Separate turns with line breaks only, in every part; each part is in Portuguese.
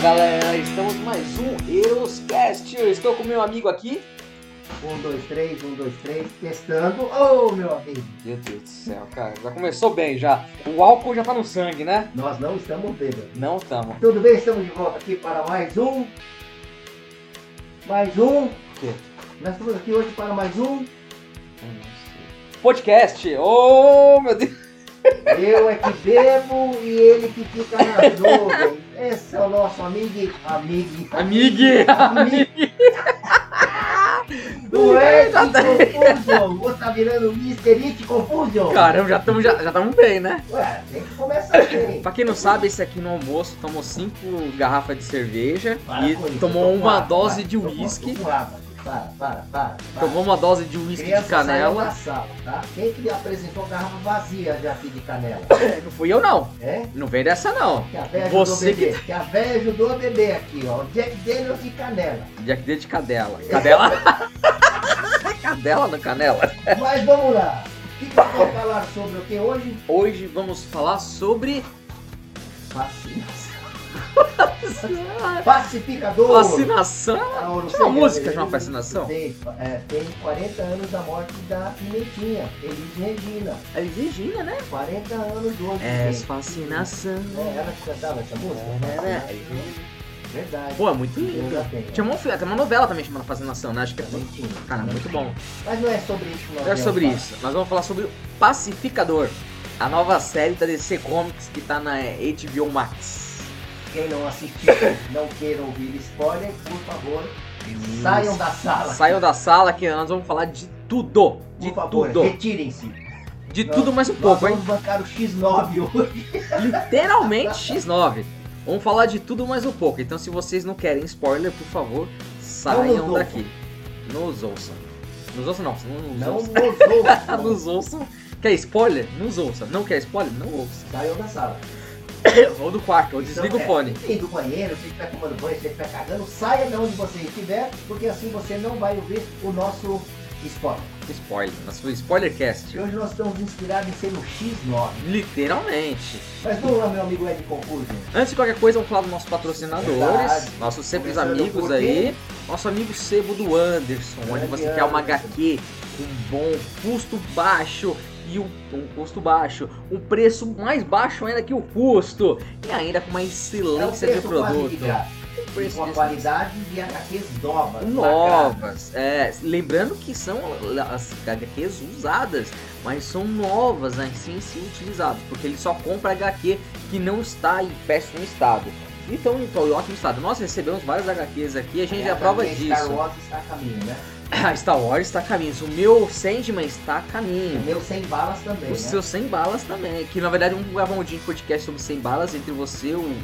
galera, estamos mais um Euroscast. Eu estou com meu amigo aqui.
Um, dois, três, um, dois, três, testando. Ô, meu amigo,
Meu Deus do céu, cara, já começou bem já. O álcool já tá no sangue, né?
nós não estamos bêbados.
Não tamo.
Tudo bem? Estamos de volta aqui para mais um. Mais um.
quê?
Nós estamos aqui hoje para mais um.
Podcast. Oh, meu Deus.
Eu é que bebo e ele que fica na nuvem. Esse é o nosso amigo. Amigo.
Amigue.
Amigo. Do Ed Confusion. Você tá virando Mr. It Confusion.
Caramba, já estamos já, já tamo bem, né?
Ué, tem que começar bem.
Pra quem não sabe, esse aqui no almoço tomou cinco garrafas de cerveja
Para com
e
isso,
tomou
eu tô
uma
com
dose
água,
de
eu tô com-
uísque.
tô com água. Para, para, para. para.
Tomou uma dose de uísque
Criança
de canela.
saiu da sala, tá? Quem que apresentou garrafa vazia de aqui de canela?
Não fui eu não.
É?
Não vem dessa não.
Que a véia
Você
ajudou o bebê. Que a véia ajudou o bebê aqui, ó. Jack Daniels de canela.
Jack Daniels de cadela. Cadela? cadela na canela.
Mas vamos lá. O que que nós vamos falar sobre o que hoje?
Hoje vamos falar sobre
Vacinação. Pacificador.
vacinação.
Ah, eu não
Tinha uma
sei,
música
eu-
de uma
eu-
vacinação?
Tem, é, tem 40 anos da morte da Pimentinha, Elis Regina.
É Virgínia, né?
40 anos hoje.
É,
gente.
vacinação.
É, ela que cantava essa música? Vacinação. Verdade.
Pô, é muito
Eu
lindo.
já tenho.
Tinha uma, tem uma novela também chamada Fascinação, né? Acho que é.
Bonitinho.
Cara, muito bom.
Mas não é sobre isso, não.
É sobre isso. Nós vamos falar sobre o Pacificador, a nova série da DC Comics que tá na HBO Max.
Quem não assistiu, não queira ouvir spoiler, por favor, saiam da sala.
Saiam da sala que nós vamos falar de tudo. De
por favor,
tudo.
retirem-se.
De
Nós-
tudo mais um
Nós
pouco, hein?
vamos bancar o X9 hoje.
Literalmente X9. Vamos falar de tudo mais um pouco. Então, se vocês não querem spoiler, por favor, saiam
ouçam.
daqui. Nos ouçam. Nos ouçam, não. Não nos
Não
ouçam.
nos ouçam.
Nos ouçam. Quer spoiler? Nos ouçam. Não quer spoiler? Não ouça.
Saiam da sala.
ou do quarto, ou desliga
Então,
o
é,
fone.
Enfim, do banheiro, se estiver tomando banho, se estiver cagando, saia de onde você estiver, porque assim você não vai ouvir o nosso spoiler.
Spoiler. Nosso spoilercast.
E hoje nós estamos inspirados em ser o X9.
Literalmente.
Mas vamos lá, meu amigo Ed Confusion.
Antes de qualquer coisa, vamos falar dos nossos patrocinadores,
Verdade.
nossos sempre
Começando
amigos
por
aí. Nosso amigo Sebo do Anderson, onde
Grande
você quer uma
Anderson.
HQ com um bom custo baixo e um, um custo baixo, um preço mais baixo ainda que o custo e ainda com uma
É um
excelência de produto. Um
E
preço
com a
desse-
qualidade de HQs novas. lacradas.
novas. É, lembrando que são as HQs usadas, mas são novas, né, sem ser utilizadas, porque ele só compra HQ que não está em péssimo estado. Então, então, em ótimo estado. Nós recebemos várias HQs aqui, a gente é, a
HQ
prova
Star
disso.
Wars está a caminho, né?
A Star Wars está a caminho, o meu Sandman está a
O
caminho.
meu sem balas também,
O
né?
seu 100 balas também, que na verdade vamos gravar um dia de podcast sobre 100 balas entre você, o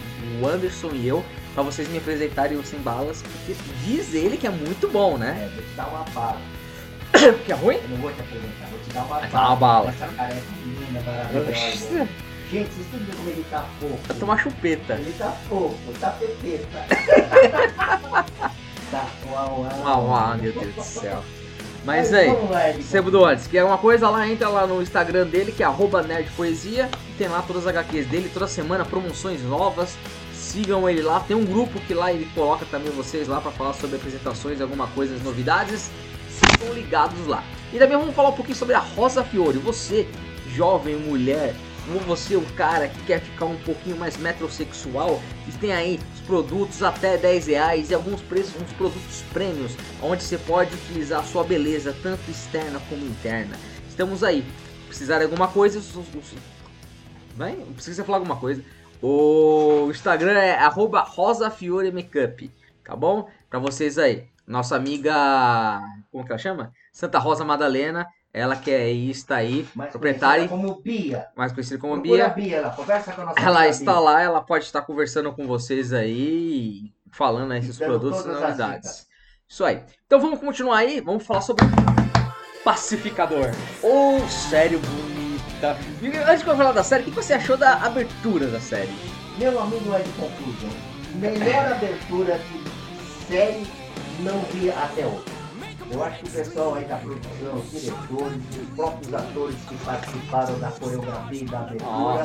o Anderson e eu, pra vocês me apresentarem o 100 balas, porque diz ele que é muito bom, né?
É, vou te dar uma bala.
Que é ruim?
Eu não vou te apresentar, vou te dar uma
Vai
bala.
dar uma bala.
Essa careca linda, maravilhosa. Gente, vocês estão vendo como ele tá fofo?
Vai tomar chupeta.
Ele tá fofo, tá pepeta. tá uau, uau.
Uau, uau, meu Deus do céu. Mas aí,
vamos lá, Ed.
Sebo do Antes, quer é uma coisa lá, entra lá no Instagram dele, que é arroba nerdpoesia, e tem lá todas as HQs dele, toda semana, promoções novas. Sigam ele lá, tem um grupo que lá ele coloca também vocês lá pra falar sobre apresentações, alguma coisa, as novidades. Ficam ligados lá. E também vamos falar um pouquinho sobre a Rosa Fiore. Você, jovem mulher, ou você, o cara que quer ficar um pouquinho mais metrosexual, e tem aí os produtos até 10 reais e alguns preços, uns produtos prêmios, onde você pode utilizar a sua beleza, tanto externa como interna. Estamos aí. Precisar de alguma coisa, os- os- os- Bem, precisa falar alguma coisa. O Instagram é arroba rosafioremakeup, tá bom? Pra vocês aí. Nossa amiga, como que ela chama? Santa Rosa Madalena, ela que é está aí,
Mais
proprietária,
conhecida Como Bia.
mais conhecida como
Procura a
Bia.
Bia, ela conversa com a nossa
Ela
amiga
está
Bia.
lá, ela pode estar conversando com vocês aí, falando aí esses
Dando
produtos e
todas as
novidades.
dicas.
Isso aí. Então vamos continuar aí, vamos falar sobre Pacificador. Ô, série bonita. E antes de eu falar da série, o que você achou da abertura da série?
Meu amigo Ed Confusion, melhor
É.
abertura de série não vi até hoje. Eu acho que o pessoal aí da produção, os diretores, os próprios atores que participaram da coreografia e da abertura,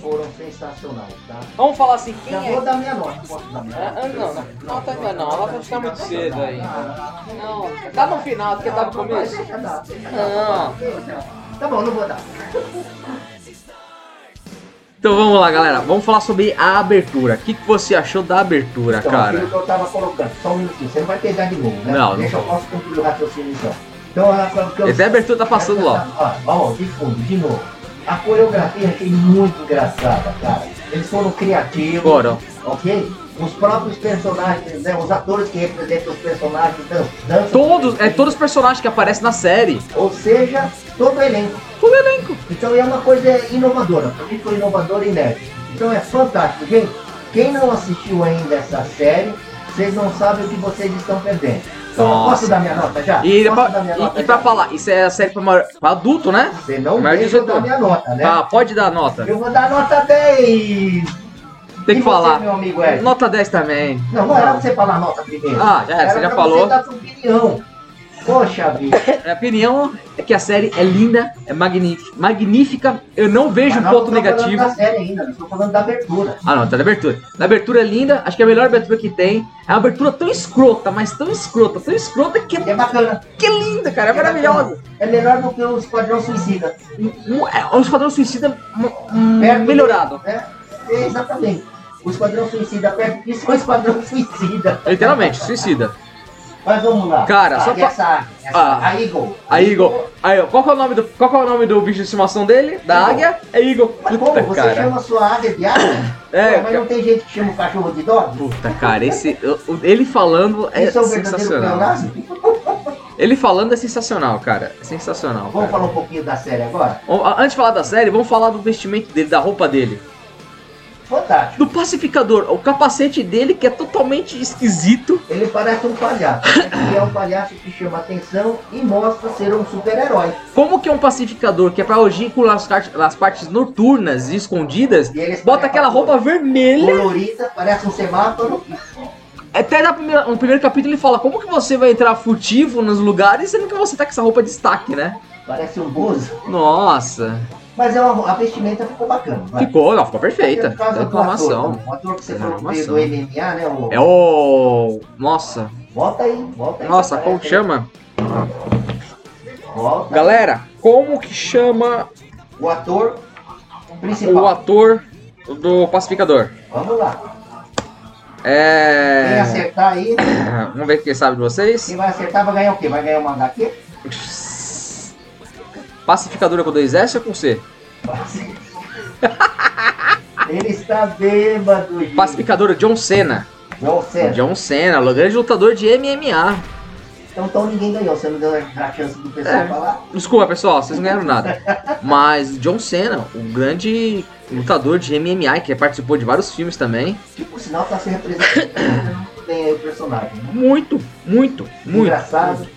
foram sensacionais, tá?
Vamos falar assim, quem
Já
é.
vou dar minha nota, posso dar minha
Ah,
nota?
ah, não, não. Nota ainda não, ela vai ficar muito cedo aí.
Ah,
Não, tá no final, porque tá no
mas
começo.
deixa dar, deixa dar.
Não.
Tá bom, não vou dar.
Então vamos lá, galera. Vamos falar sobre a abertura. O que, que você achou da abertura,
Então,
cara?
aquilo que eu tava colocando, só um minutinho, você não vai pegar de novo, né?
Não,
Deixa
não
eu
vou.
posso concluir o raciocínio então. Então, ela falou que eu-
Até a abertura tá passando lá.
Ó, ó, de fundo, de novo. A coreografia achei muito engraçada, cara. Eles foram criativos.
Foram.
Ok? Os próprios personagens, né? Os atores que representam os personagens dan- dançam.
Todos, é todos os personagens que aparecem na série.
Ou seja, todo elenco.
Todo elenco.
Então é uma coisa inovadora, pra mim foi inovadora e nerd. Então é fantástico, gente. Quem não assistiu ainda essa série, vocês não sabem o que vocês estão perdendo. Então eu
Nossa.
posso dar minha nota já?
E,
posso
pra,
dar minha nota
e, e pra
já?
falar, isso é a série pra, maior- pra adulto, né?
Você não
Mas
deixa
isso
eu
eu tô-
dar minha nota, né?
Tá, pode dar nota.
Eu vou dar nota 10.
Tem
E
que
você,
falar.
meu amigo Ed?
Nota 10 também.
Não, é não era pra você falar a nota primeiro.
Ah, já,
Era
você já
pra
falou.
Você dar sua opinião. Poxa vida.
Minha opinião é que a série é linda, é magnífica. magnífica. Eu não vejo
Mas
um
nós
ponto
não tá estamos falando
negativo.
Da série ainda, estou falando da abertura.
Ah não, tá da abertura. Da abertura é linda, acho que é a melhor abertura que tem. É uma abertura tão escrota, mas tão escrota, tão escrota que,
E é bacana.
que linda, cara. É maravilhosa.
É melhor do que o Esquadrão Suicida.
Um- um- É um Esquadrão Suicida um,
Perto do-
melhorado.
Né? É, exatamente. O Esquadrão Suicida perto disso é o Esquadrão Suicida.
Literalmente, suicida.
Mas vamos lá.
Cara,
Ah,
só
e
pra-
essa, essa,
Ah.
a Eagle.
Aí, Igor. Aí, ó, qual que é o nome do, qual que é o nome do bicho de estimação dele? Da
Igor.
águia? É Igor.
Tá Mas como?
Puta,
Você
cara.
chama sua águia de águia?
É,
Pô, mas não tem gente que chama o cachorro de dog?
Puta, cara, esse, o- ele falando é
Isso é o verdadeiro
sensacional.
pleonasmo?
Ele falando é sensacional, cara. É sensacional. cara.
Vamos falar um pouquinho da série agora?
Vamos- Antes de falar da série, vamos falar do vestimento dele, da roupa dele.
Fantástico.
do pacificador, o capacete dele que é totalmente esquisito.
Ele parece um palhaço. né? Ele é um palhaço que chama atenção e mostra ser um super-herói.
Como que é um pacificador que é pra ogicular as, car- as partes noturnas e escondidas?
E ele
Bota aquela roupa vermelha.
colorida, parece um semáforo.
Até na primeira- no primeiro capítulo ele fala como que você vai entrar furtivo nos lugares sendo que você tá com essa roupa de destaque, né?
Parece um buzo.
Nossa,
Mas é uma, a vestimenta ficou bacana. vai.
ficou, não, ficou perfeita.
Por causa do ator,
Reclamação. É
né? O ator que você falou que veio
Reclamação.
do MMA, né? O...
É o. Nossa,
Volta aí, volta aí.
nossa,
Aparece
como que chama?
aí. Volta.
Galera, como que chama
O ator
o
principal.
ator do pacificador?
Vamos lá. Quem
É.
acertar aí,
Vamos ver quem sabe de vocês.
quem vai acertar vai ganhar o quê? Vai ganhar uma HQ?
Pacificadora é com 2S ou com C?
Ele está bêbado, gente.
Pacificadora John Cena.
Não, sério.
John Cena, o grande lutador de MMA.
Então, então ninguém ganhou. Você não deu a chance do pessoal
É.
falar?
Desculpa, pessoal, vocês não ganharam nada. Mas John Cena, o grande lutador de MMA, que participou de vários filmes também.
Tipo, o sinal tá se representando muito bem aí o personagem, né?
Muito, muito, muito.
Engraçado.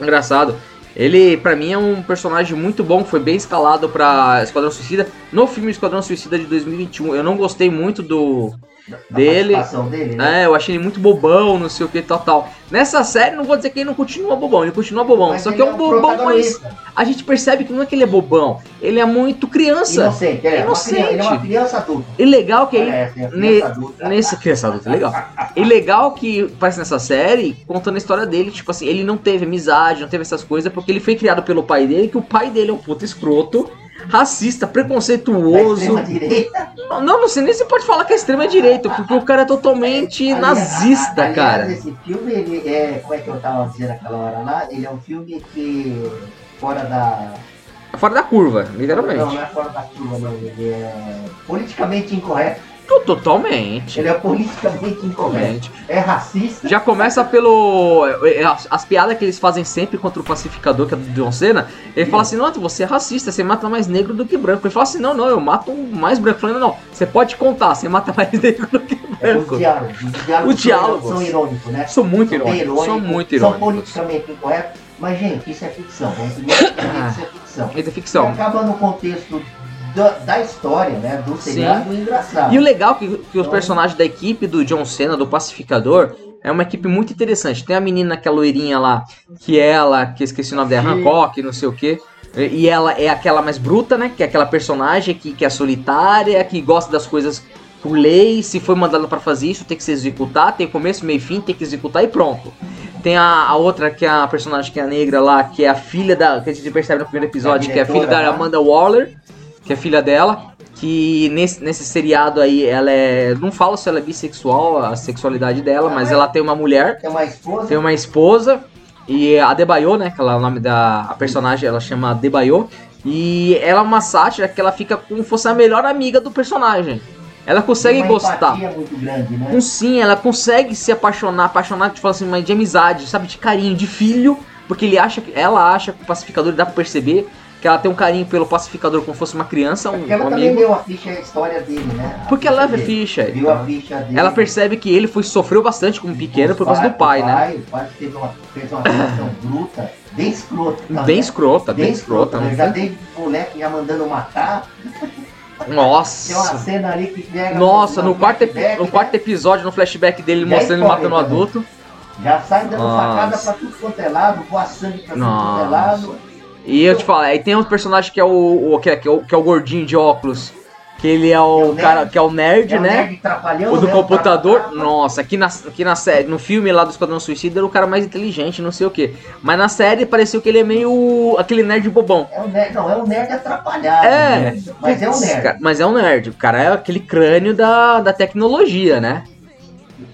Engraçado. Ele, pra mim, é um personagem muito bom, foi bem escalado pra Esquadrão Suicida. No filme Esquadrão Suicida de 2021, eu não gostei muito do,
A
Dele-
participação dele, né?
É, eu achei ele muito bobão, não sei o que, tal, tal. Nessa série, não vou dizer que ele não continua bobão, ele continua bobão.
Mas
só que
ele
é um bobão, mas
protagonista,
a gente percebe que não é que ele é bobão. Ele é muito criança.
Inocente, é,
Inocente.
Uma criança, ele é uma criança adulta.
E legal que aí,
Parece, é uma
ne-
criança adulta.
nesse criança adulta, legal. E legal que parece nessa série, contando a história dele, tipo assim, ele não teve amizade, não teve essas coisas, é porque ele foi criado pelo pai dele, que o pai dele é um puta escroto, racista,
Da
preconceituoso.
extrema direita.
Não, não sei nem se pode falar que é extrema direita, porque o cara é totalmente
Aliás,
nazista,
aliás,
cara.
Esse filme, ele é. Como é que eu tava dizendo aquela hora lá? Ele é um filme que. Fora da.
Fora da curva,
Não,
literalmente.
não é fora da curva, não. Ele é politicamente incorreto.
To- Totalmente.
Ele é politicamente incorreto.
Totalmente.
É racista.
Já começa pelo. é, é, As, as piadas que eles fazem sempre contra o pacificador, que é do John Cena. Ele fala assim: Não, você é racista, você mata mais negro do que branco. Ele fala assim: Não, não, eu mato mais branco. Falando, não, você pode contar, você mata mais negro do que
É, os
branco.
diálogos. Os diálogos,
Os diálogos.
são irônicos, né?
São muito
São bem
irônicos. São muito
São
irônicos.
politicamente incorretos. Mas, gente, isso é ficção. Vamos primeiro entender que isso é ficção.
Isso é ficção.
Acaba no contexto da, da história, né? Do
Sim.
seriado engraçado.
E o legal é que, que os
Então-
personagens da equipe do John Cena, do Pacificador, é uma equipe muito interessante. Tem a menina, que é a loirinha lá, que é ela, que eu esqueci o nome dela,
Sim.
Hancock, não sei o quê. E ela é aquela mais bruta, né? Que é aquela personagem que, que é solitária, que gosta das coisas por lei. Se foi mandada para fazer isso, tem que se executar. Tem começo, meio e fim, tem que executar e pronto. Tem a, a outra que é a personagem que é a negra lá, que é a filha da. que a gente percebe no primeiro episódio,
É a
que é a filha da
diretora, né?
Amanda Waller, que é filha dela. Que nesse, nesse seriado aí, ela é. Não fala se ela é bissexual, a sexualidade dela, mas ela tem uma mulher
Tem É uma esposa.
tem uma esposa e a Debayo, né? Que ela, o nome da a personagem, ela chama Debayo. E ela é uma sátira que ela fica como se fosse a melhor amiga do personagem. Ela consegue
uma
gostar.
empatia muito grande,
Um
né?
sim, ela consegue se apaixonar, apaixonar, tipo assim, mas de amizade, sabe? De carinho, de filho. Porque ele acha que. Ela acha que o pacificador dá pra perceber que ela tem um carinho pelo pacificador como se fosse uma criança, um,
Porque ela
um
também
amigo.
deu a ficha a história dele, né? A
Porque ela
ficha
leva
dele.
ficha.
Viu a ficha dele.
é, Ela percebe que ele foi sofreu bastante como pequeno por causa do pai, né?
O pai teve uma, fez uma relação bruta, bem escrota. também.
Bem escrota, bem escrota.
né?
não
Já
tem-
teve moleque já mandando matar. Tem uma
Nossa.
cena ali que pega.
Nossa,
uma
no quarto, epi-
flashback,
no
né?
quarto episódio, no flashback dele
Dez
mostrando ele matando um
correntes, né?
adulto.
Já sai dando
Nossa.
facada pra tudo quanto é lado, voa sangue pra tudo quanto é
Nossa.
lado.
E eu te falo, aí tem um personagem que é o, o- que, é, que é o que é o gordinho de óculos. Que ele é
É
o
o
cara,
nerd.
que é o nerd,
É um
né?
nerd trapalhão,
O do
né?
computador,
trapalhão.
nossa, aqui na, aqui na série, no filme lá do Esquadrão Suicida era o cara mais inteligente, não sei o que. Mas na série pareceu que ele é meio aquele nerd bobão.
É um nerd, não, é um nerd atrapalhado.
É.
né? Mas é um
Esse
nerd.
cara- mas é um nerd. O cara é aquele crânio da, da tecnologia, né?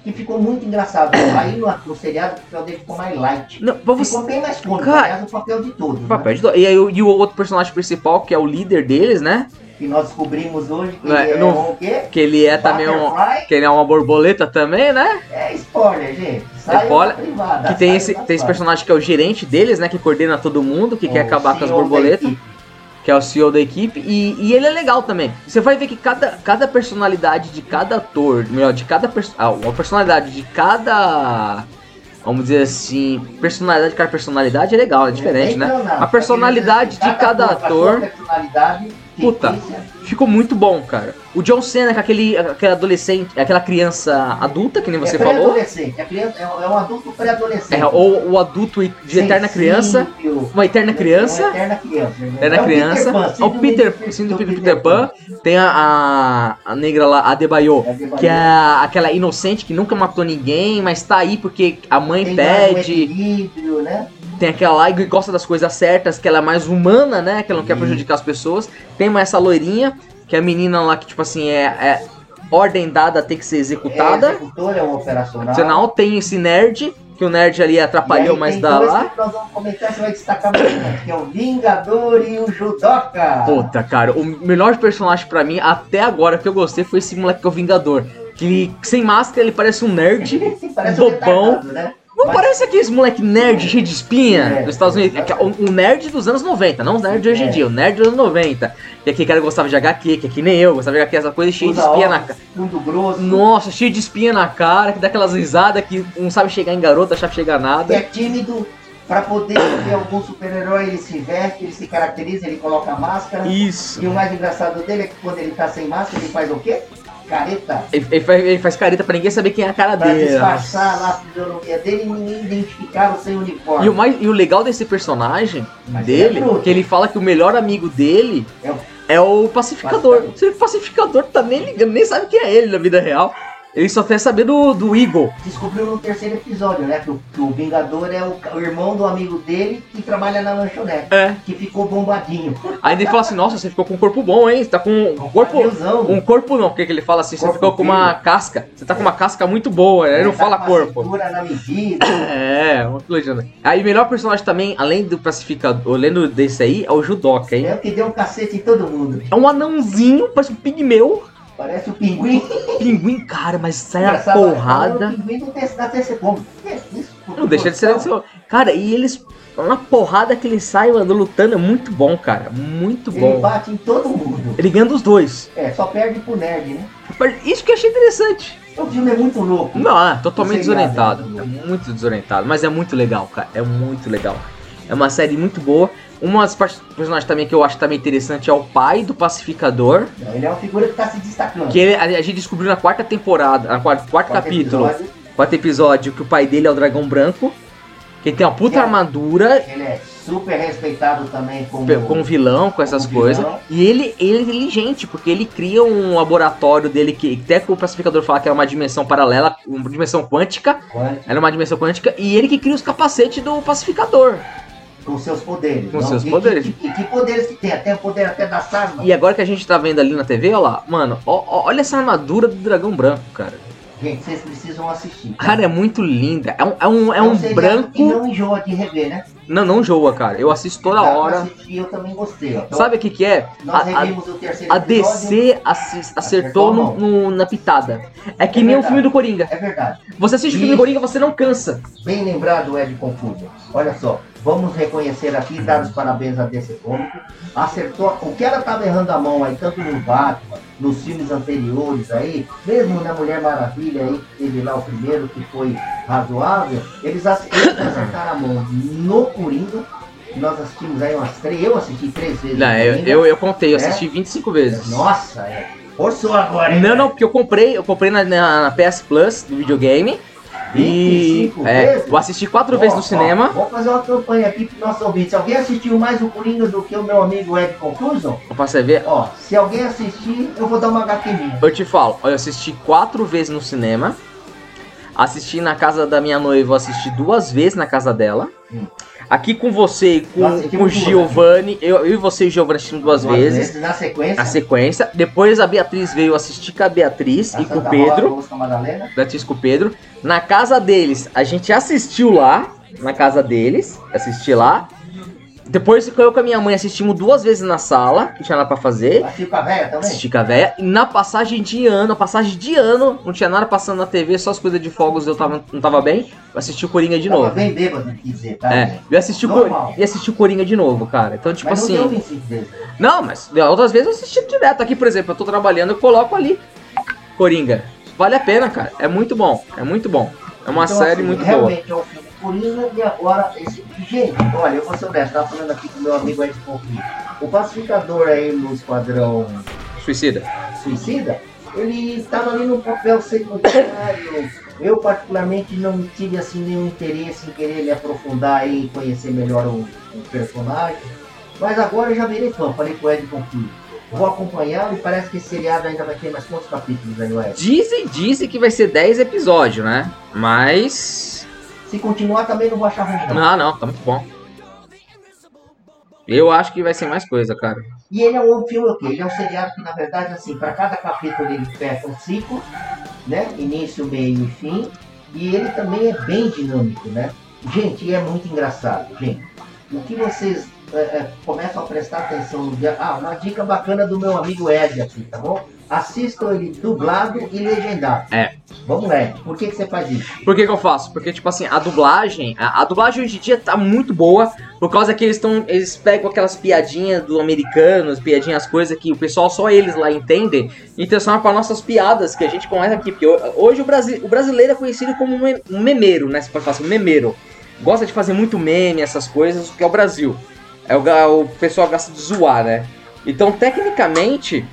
que ficou muito engraçado. Aí no, no seriado o papel dele ficou mais light.
Não, pra você,
Ficou bem mais cômico,
Cara-
aliás, o papel de todos. né?
papel de do- E aí o- e o outro personagem principal, que é o líder deles, né?
Que nós descobrimos hoje que
Não é-
é
não-
o quê?
Que ele é também um.
Butterfly
Que ele é uma borboleta também, né?
É spoiler, gente. Sai
É Spoiler.
da privada.
Que tem
sai
esse,
da
tem esse
privada. um
personagem que é o gerente deles, né? Que coordena todo mundo, que quer
É O
acabar com as
CEO da
borboletas,
equipe.
que é o CEO da equipe. E, e ele é legal também. Você vai ver que cada, cada personalidade de cada ator, melhor, de cada. Pers ah, uma personalidade de cada. Vamos dizer assim. Personalidade de cada personalidade é legal, é diferente,
Bem
né?
clonado.
A personalidade de cada
a sua
ator-
personalidade
Puta.
fictícia.
Ficou muito bom, cara. O John Cena, com aquele, aquele adolescente, aquela criança adulta, que nem você
é
falou.
pré-adolescente. É, criança- é um- é um adulto pré-adolescente.
É, ou o adulto de eterna criança.
Sensível.
Uma eterna
É
criança.
uma eterna criança. né?
Era
É o
criança.
Peter Pan,
É o
síndrome
Peter,
de-
síndrome
do
do Peter Pan. Tem a, a, a negra lá, a Debayo,
É
que é a- aquela inocente que nunca matou ninguém, mas tá aí porque a mãe
Tem mais um
pede.
equilíbrio, né?
Tem aquela lá que gosta das coisas certas, que ela é mais humana, né? Que ela
Uhum.
não quer prejudicar as pessoas. Tem mais essa loirinha, que é a menina lá que, tipo assim, é, é ordem dada a ter que ser
É
executada.
executora, é um operacional.
Senão tem esse nerd, que o nerd ali atrapalhou,
E aí
mas
tem
dá
dois
lá.
Que nós vamos comentar, você vai destacar bastante, que é o Vingador e o Judoka.
Puta, cara, o melhor personagem pra mim até agora que eu gostei foi esse moleque que é o Vingador. Que ele, sem máscara ele parece um nerd.
Parece um
bobão.
retardado, né?
Não
Mas-
parece aquele nerd nerd cheio de espinha
É,
dos Estados Unidos.
é.
É que é O, o nerd dos anos 90, não o nerd de hoje em
É.
dia, o nerd dos anos 90. Que é aquele cara gostava de HQ, que é que nem eu, gostava de HQ, essa coisa cheia de
Usa
espinha na
óculos,
cara.
Fundo grosso.
Nossa, cheio de espinha na cara, que dá aquelas risadas que não sabe chegar em garota, achar que chega
que
nada.
é tímido. Pra poder ver algum super-herói, ele se veste, ele se caracteriza, ele coloca a máscara.
Isso.
E o mais engraçado dele é que quando ele tá sem máscara, ele faz o quê? Careta.
Ele, ele faz, ele faz careta pra ninguém saber quem é a cara
Pra
dele.
disfarçar lá a fisionomia dele e ninguém identificava sem uniforme.
E o, mais, e o legal desse personagem
Mas
dele,
ele é bruto.
que ele fala que o melhor amigo dele
É o-
é o pacificador.
Pacificador.
Se O pacificador tá nem ligando, nem sabe quem é ele na vida real. Ele só quer saber do, do Eagle.
Descobriu no terceiro episódio, né? Que o, que o Vingador é o, o irmão do amigo dele que trabalha na lanchonete,
É.
que ficou bombadinho.
Aí ele fala assim, nossa, você ficou com um corpo bom, hein? Você tá com um corpo.
Padrilzão.
Um corpo não, porque que ele fala assim, você
Corpo
ficou com uma casca. Você tá com uma casca muito boa. Ele não
Tá
fala
com a
corpo.
cintura na medida.
É, uma legenda. Aí o melhor personagem também, além do pacificador, além do- desse aí, é o Judoka, hein?
É o que deu um cacete em todo mundo.
É um anãozinho, parece um pigmeu.
Parece o pinguim.
Pinguim, cara, mas sai a
Engraçado, é
Tá porrada.
O pinguim do terceiro- da terceira bomba. É, isso,
Não deixa de ser. Cara, e eles. Uma porrada que ele sai, mano, lutando é muito bom, cara. Muito
Ele
bom.
bate em todo mundo.
Ele ganha dos dois.
É, só perde pro nerd, né?
Mas Isso que eu achei interessante.
O filme é muito louco.
Não, é totalmente
Não sei nada.
desorientado. É muito desorientado. Mas é muito legal, cara. É muito legal. É uma série muito boa. Uma das partes- personagens também que eu acho também interessante é o pai do pacificador.
Não, Ele é uma figura que tá se destacando.
Que é ele- a a gente descobriu na quarta temporada, na quarta, quarto
Quarto
capítulo,
episódio,
quarto episódio, que o pai dele é o dragão branco. Que ele tem uma puta
Ele-
armadura
Ele é super respeitado também como,
pe- com vilão, com essas
vilão.
coisas. E ele, ele é inteligente, porque ele cria um laboratório dele que até que o classificador fala que era uma dimensão paralela, uma dimensão quântica.
quanto-
Era uma dimensão quântica e ele que cria os capacetes do pacificador.
com seus poderes. Então,
Com seus
E-
poderes.
E que, que poderes que tem? Até o poder até da sarna.
E agora que a gente tá vendo ali na TV, olha lá, mano, ó- ó- olha essa armadura do dragão branco, cara.
Gente, vocês precisam assistir.
Cara, é muito linda. É um, é um, é um
seriado
branco.
Que não enjoa de rever, né?
Não, não joa, cara. Eu assisto toda
Dá pra
hora.
assistir, eu também gostei. ó. Então,
Sabe o que, que é?
nós
A- a-
revimos o terceiro
A
episódio.
DC assi- acertou no- no- na pitada. É que
É
nem o
verdade.
filme do Coringa.
É verdade.
Você assiste o filme do Coringa, você não cansa.
Bem lembrado, Ed Confuso. Olha só, vamos reconhecer aqui, dar os parabéns a desse cômico. Acertou o que ela estava errando a mão aí, tanto no Batman, nos filmes anteriores aí, mesmo na Mulher Maravilha aí, ele lá o primeiro que foi razoável, eles ac- eles acertaram a mão no Coringa. Nós assistimos aí umas três, eu assisti três vezes.
Não, eu,
Coringa.
eu, eu contei, eu
É?
assisti 25 vezes.
Nossa, é. Forçou agora, hein?
Não, não, porque eu comprei, eu comprei na, na- na PS Plus do videogame. E
25
é,
vezes?
eu assisti quatro
Ó,
vezes no
ó,
cinema.
Vou fazer uma campanha aqui pro nosso ouvinte. Alguém assistiu mais o Coringa do que o meu amigo Ed Confuso?
Pra você ver,
Ó, se alguém assistir, eu vou dar uma HQ minha.
eu te falo, ó, eu assisti quatro vezes no cinema. Assisti na casa da minha noiva, eu assisti duas vezes na casa dela.
Hum.
Aqui com você e com,
Nossa, que
com o
loucura,
Giovanni, eu, eu e você e o Giovanni assistimos duas, vezes.
Na sequência.
a sequência. Depois a Beatriz veio assistir com a Beatriz
na
e com o
Santa
Pedro.
Rosa, com Tá, a Madalena.
Beatriz com o Pedro. Na casa deles, a gente assistiu lá. Na casa deles, assisti lá. Depois eu com a minha mãe assistimos duas vezes na sala, que tinha nada pra fazer.
Assistiu Tá com a véia também?
Assisti com a véia. E na passagem de ano, a passagem de ano, não tinha nada passando na TV, só as coisas de fogos eu tava, não tava bem. Eu assisti o Coringa de
Tava
novo.
bem bêbado, quer dizer, tá?
É,
gente?
eu assisti, o
Normal.
Cor... e assisti o Coringa de novo, cara. Então, tipo
Mas não
assim.
deu 25 vezes.
Não, mas outras vezes eu assisti direto. Aqui, por exemplo, eu tô trabalhando, eu coloco ali. Coringa. Vale a pena, cara. É muito bom. É muito bom. É uma
Então,
série
assim,
muito boa.
Realmente é um filme Coringa e agora esse. Gente, olha, eu vou ser honesto, tava falando aqui com meu amigo Ed Confuso. O pacificador aí no Esquadrão
Suicida.
suicida, ele estava ali num papel secundário. Eu, particularmente, não tive assim nenhum interesse em querer me aprofundar e conhecer melhor o, o personagem. Mas agora eu já virei fã, falei com o Ed Confuso. Vou acompanhá-lo e parece que esse seriado ainda vai ter mais quantos capítulos, né, Ed?
Dizem, dizem que vai ser 10 episódios, né? Mas.
Se continuar também não vou achar ruim. não.
Não, não, tá muito bom. Eu acho que vai ser mais coisa, cara.
E ele é um filme o quê? Ele é um seriado que, na verdade, assim, para cada capítulo ele fecha um ciclo, né? Início, meio e fim. E ele também é bem dinâmico, né? Gente, e é muito engraçado, gente. O que vocês é, é, começam a prestar atenção no dia. Ah, uma dica bacana do meu amigo Ed aqui, tá bom? Assistam ele dublado e legendado.
É.
Vamos, Ed, por que, que você faz isso?
Por que, que eu faço? Porque, tipo assim, a dublagem. A, a dublagem hoje em dia tá muito boa. Por causa que eles estão. Eles pegam aquelas piadinhas do americano, as piadinhas, as coisas que o pessoal só eles lá entendem. E transforma pra nossas piadas que a gente conhece aqui. Porque ho- hoje o, Brasi o brasileiro é conhecido como um me- um memeiro, né? Você pode falar assim, um memeiro. Gosta de fazer muito meme, essas coisas, que é o Brasil. É o, ga- o pessoal gosta de zoar, né? Então, tecnicamente.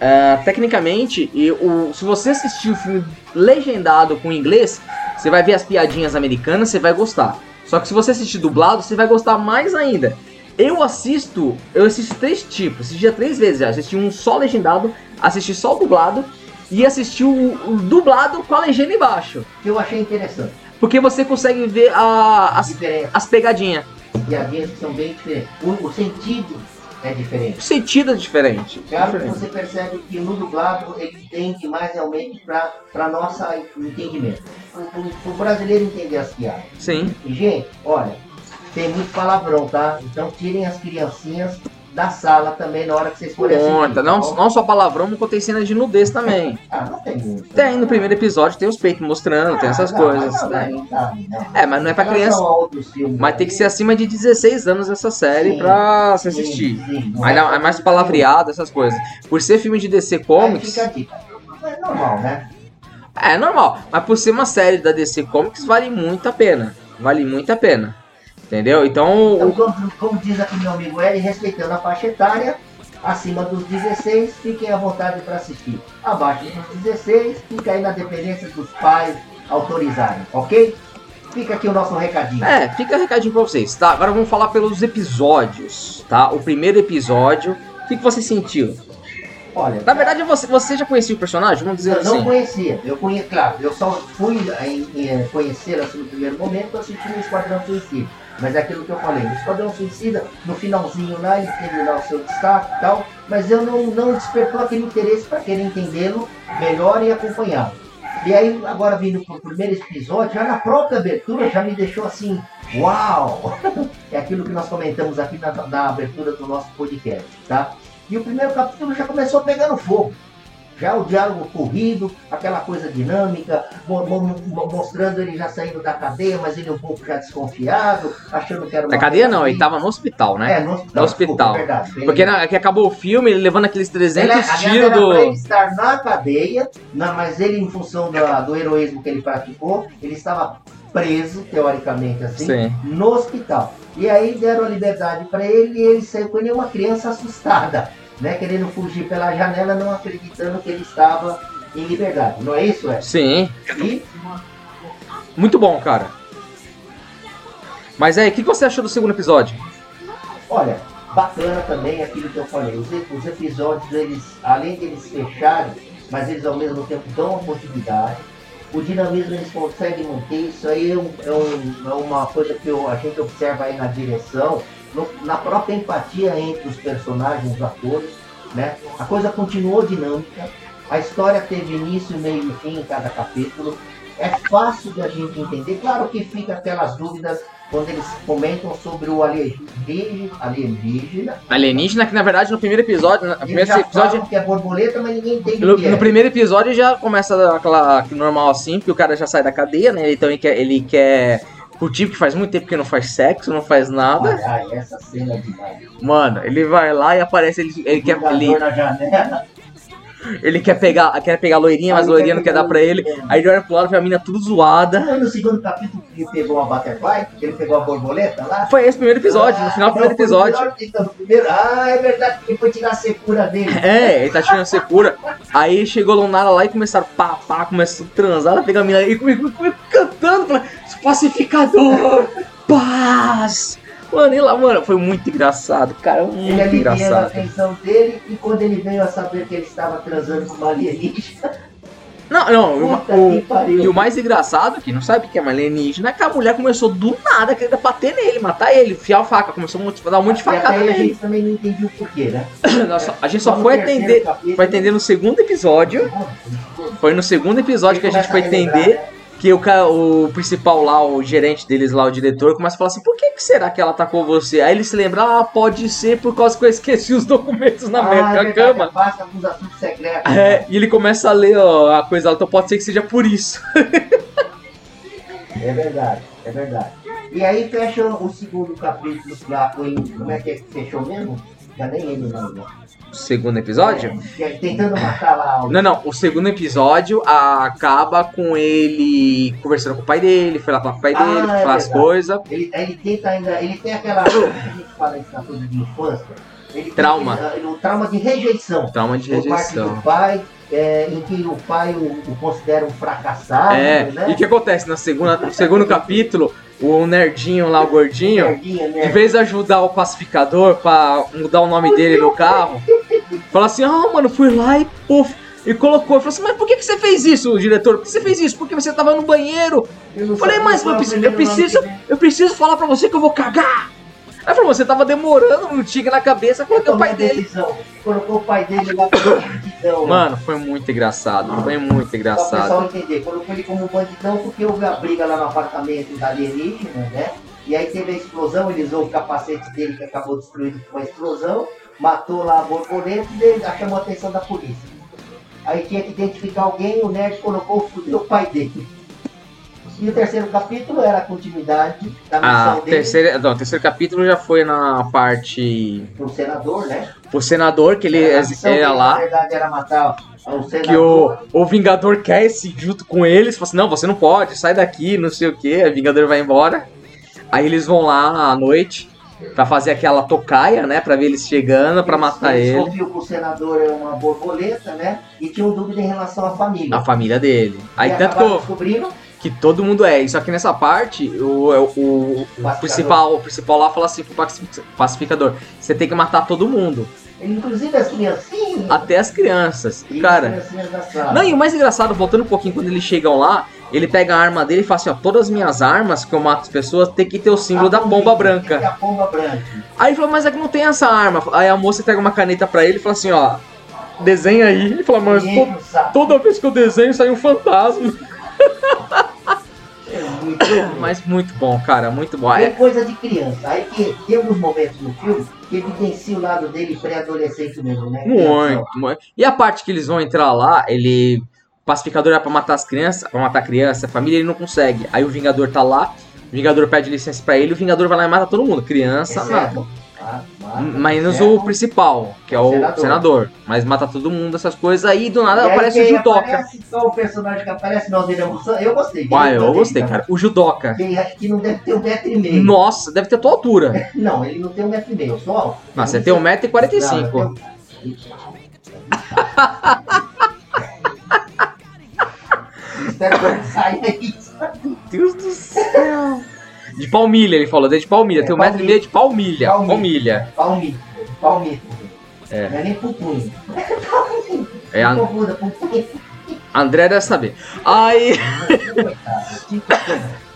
ah, tecnicamente, e o, se você assistir o filme legendado com inglês, você vai ver as piadinhas americanas, você vai gostar. Só que se você assistir dublado, você vai gostar mais ainda. Eu assisto, eu assisto três tipos, assisti já três vezes já. Assisti um só legendado, assisti só o dublado e assisti o, o dublado com a legenda embaixo.
Que eu achei interessante.
Porque você consegue ver a- as,
Diferente.
as pegadinhas.
Piadinhas que são bem diferentes. O- o sentido é diferente.
O sentido é diferente.
Claro que você percebe que no dublado ele entende mais realmente para nosso entendimento. Para o brasileiro entender as piadas.
Sim.
E, gente, olha, tem muito palavrão, tá? Então tirem as criancinhas da sala também na hora que vocês forem
Conta.
assistir, tá
Não,
bom?
não só palavrão, mas tem cenas de nudez também.
Ah, não tem muito.
Tem no primeiro episódio, tem os peitos mostrando, tem essas
Ah, não,
coisas.
não,
né?
não, não, não.
É, mas não é pra
Em relação
criança.
a outros filmes né?
Mas
aí,
tem que ser acima de 16 anos essa série
Sim.
pra se
sim,
assistir.
sim, não
Ainda
é pra
é mais
criança.
palavreado, essas coisas. Por ser filme de DC
Aí
Comics,
Fica a dica. É normal, né?
é normal. Mas por ser uma série da DC Comics, vale muito a pena. Vale muito a pena. Entendeu?
Então,
Então, o-
como, como diz aqui meu amigo Eli, respeitando a faixa etária, acima dos 16, fiquem à vontade para assistir. Abaixo dos 16, fica aí na dependência dos pais autorizarem, ok? fica aqui o nosso recadinho.
É, fica recadinho pra vocês, tá? Agora vamos falar pelos episódios, tá? O primeiro episódio, o que, que você sentiu?
Olha,
Na verdade, você, você já conhecia o personagem? Vamos dizer
eu não
assim.
conhecia. Eu conhe... Claro, eu só fui em- em conhecer assim no primeiro momento assistindo o Esquadrão Suicida. Mas é aquilo que eu falei, o Esquadrão Suicida, no finalzinho lá, ele teve lá o seu destaque e tal, mas eu não, não despertou aquele interesse para querer entendê-lo melhor e acompanhá-lo. E aí, agora vindo pro primeiro episódio, já na própria abertura já me deixou assim, uau! É aquilo que nós comentamos aqui na, na abertura do nosso podcast, tá? E o primeiro capítulo já começou pegando fogo. Já o diálogo corrido, aquela coisa dinâmica, mo- mo- mo- mostrando ele já saindo da cadeia, mas ele um pouco já desconfiado, achando que era uma.
Na cadeia não,
coisa
ele tava no hospital, né?
É, no hospital.
No hospital.
desculpa, verdade. Ele-
Porque na, é que acabou o filme, ele levando aqueles
É. ele, é
300
aliás,
tiros
era pra ele
do...
estar na cadeia, na- mas ele, em função da- do heroísmo que ele praticou, ele estava preso, teoricamente assim,
Sim.
no hospital. E aí deram a liberdade para ele e ele saiu com ele uma criança assustada, né? Querendo fugir pela janela, não acreditando que ele estava em liberdade. Não é isso, é?
Sim.
E
Muito bom, cara. Mas aí, o que que você achou do segundo episódio?
Olha, bacana também aquilo que eu falei. Os, os episódios, eles, além de eles fecharem, mas eles ao mesmo tempo dão uma oportunidade. O dinamismo eles conseguem manter, isso aí é, um- é um- é uma coisa que eu- a gente observa aí na direção, no- na própria empatia entre os personagens, os atores, né? A coisa continuou dinâmica, a história teve início, meio e fim em cada capítulo. É fácil de a gente entender, claro que fica aquelas dúvidas quando eles comentam sobre o alienígena, alienígena
Alienígena, que na verdade no primeiro episódio... No
eles
primeiro
já
episódio...
falam que é borboleta, mas ninguém entende
No,
o que é.
no primeiro episódio já começa aquela aquele normal assim, porque o cara já sai da cadeia, né? Então ele quer, ele quer curtir, porque faz muito tempo que não faz sexo, não faz nada.
Caralho, essa cena é demais.
Mano, ele vai lá e aparece, ele, ele quer.
Jogador
Ele,
na janela.
ele quer pegar. Quer pegar a loirinha, mas a loirinha não quer dar pra ele. Aí ele olha pro lado, vê a mina tudo zoada.
Aí no segundo capítulo que ele pegou uma butterfly, que ele pegou a borboleta lá.
Foi esse o primeiro episódio, no final do
Ah, não,
primeiro
foi no
episódio.
final- então, no primeiro- Ah, é verdade que ele foi tirar a secura dele.
É, ele tá tirando secura. Aí chegou a Lunara lá e começaram pá, pá, começaram a transar, ela pega a mina e comigo cantando, fala, pacificador, paz. Mano, e lá, mano, foi muito engraçado, cara,
Ele é né?
muito
aliviou a
engraçado.
atenção dele e quando ele veio a saber que ele estava transando com uma alienígena,
Não, não, o,
puta
o-
que pariu.
e o mais engraçado, que não sabe o que é uma alienígena, é que a mulher começou do nada a querer bater nele, matar ele, enfiar a faca, começou a multi- dar um monte de
E até
facada
aí a
nele.
gente também não entendia o porquê, né?
Nossa, a gente só
no
foi
terceiro
atender,
capítulo- né?
foi atender no segundo episódio, foi no segundo episódio que a gente foi atender, Que o, ca- o principal lá, o gerente deles lá, o diretor, começa a falar assim: por que, que será que ela atacou você? Aí ele se lembra: ah, pode ser por causa que eu esqueci os documentos na minha
ah, é
na
verdade,
cama.
Basta com os assuntos secretos.
É, e ele começa a ler ó, a coisa lá, então pode ser que seja por isso.
É verdade, é verdade. E aí fecha o segundo capítulo lá com em- como é que é que fechou mesmo? Já nem lembro o nome.
Segundo episódio?
É, é, tentando matar lá o...
Não, não, o segundo episódio a- acaba com ele conversando com o pai dele, foi lá falar com o pai
Ah,
dele,
é
falar as
verdade.
coisas.
Ele, ele tenta ainda, ele tem aquela coisa que a gente fala isso na coisa de infância. Ele tem
Trauma.
aquele- ah, O trauma de rejeição.
Trauma de
Por parte
rejeição.
do pai, é, em que o pai o, o considera um fracassado,
É,
né?
e o que acontece? No segundo, no segundo capítulo, o nerdinho lá, o gordinho.
Merdinha, né?
Em vez de ajudar o pacificador pra mudar o nome dele no carro, fala assim: ah, mano, fui lá e puf. E colocou, falou assim, mas por que, que você fez isso, diretor? Por que você fez isso? Porque você tava no banheiro.
Eu não
Falei,
sabia
mas
qual
eu
é o
preciso- eu
primeiro nome
preciso-
que vem.
Eu preciso falar pra você que eu vou cagar. Aí falou, você tava demorando, não tinha na cabeça, coloquei o
Tomou
pai dele.
decisão. Colocou o pai dele lá como bandidão. né?
Mano, foi muito engraçado, foi muito
Pra o
engraçado.
pessoal entender, colocou ele como um bandidão porque houve a briga lá no apartamento da alienígena, né? E aí teve a explosão, ele usou o capacete dele que acabou destruído com a explosão, matou lá a borboleta e dele- chamou a atenção da polícia. Aí tinha que identificar alguém, o nerd colocou o filho do pai dele. E o terceiro capítulo era a continuidade da
Ah,
missão dele
terceira, não, o terceiro capítulo já foi na parte.
pro senador, né?
O senador, que ele
A missão
era
dele,
lá.
Na verdade era matar o senador.
que o, o Vingador quer esse junto com eles, fala assim, não, você não pode, sai daqui, não sei o que, o Vingador vai embora. Aí eles vão lá à noite pra fazer aquela tocaia, né, pra ver eles chegando, pra matar
Eles
ele,
ouviu que o senador era uma borboleta, né? E tinham um dúvida em relação à família.
a família dele. Aí
E
tanto que
acabaram
o-
descobrindo
Que todo mundo é. Só que nessa parte, o, é o, o principal, o principal lá fala assim pro pacificador: você tem que matar todo mundo.
Inclusive as criancinhas.
Até as crianças.
E as
cara.
criancinhas da sala.
Não, e o mais engraçado, voltando um pouquinho, quando eles chegam lá, ele pega a arma dele e fala assim: ó, todas as minhas armas que eu mato as pessoas tem que ter o símbolo da bomba branca.
é A pomba branca.
Aí ele falou, mas é que não tem essa arma. Aí a moça entrega uma caneta pra ele e fala assim, ó, desenha aí. Ele fala, mas
Ninguém
to-
sabe.
toda vez que eu desenho sai um fantasma.
É muito bom.
Mas muito bom, cara, muito bom.
É
É,
coisa de criança. Aí que tem alguns momentos no filme que evidencia o lado dele pré-adolescente mesmo, né? Criança.
muito, muito. E a parte que eles vão entrar lá, ele... O pacificador era pra matar as crianças, pra matar a criança, a família, ele não consegue. Aí o Vingador tá lá, o Vingador pede licença pra ele, o Vingador vai lá e mata todo mundo.
É
Criança, mata.
Exceto, tá? Mata,
Menos
exceto.
o principal, que é o senador.
Senador.
Mas mata todo mundo, essas coisas. Aí do
E
nada
aí
aparece o
quem
Judoka.
aparece, Só o personagem que aparece, não, dele é Mussan. Eu gostei. tá?
Uai,
dele,
eu
dele,
gostei, cara. O Judoka.
Quem acha que não deve ter um metro e meio.
Nossa, deve ter a tua altura.
Não, ele não tem um metro e meio, só.
Nossa, você tem 1,45m.
Não, eu tenho- Espero que eu não saia isso.
Meu Deus do céu. De palmilha, ele falou. Dele De palmilha.
É,
tem um metro e meio de palmilha. Palmilha.
Palmilha. Palmito, palmito.
É.
Não é nem pupunho.
É, a
Confunda, pupunho.
André deve saber. Aí,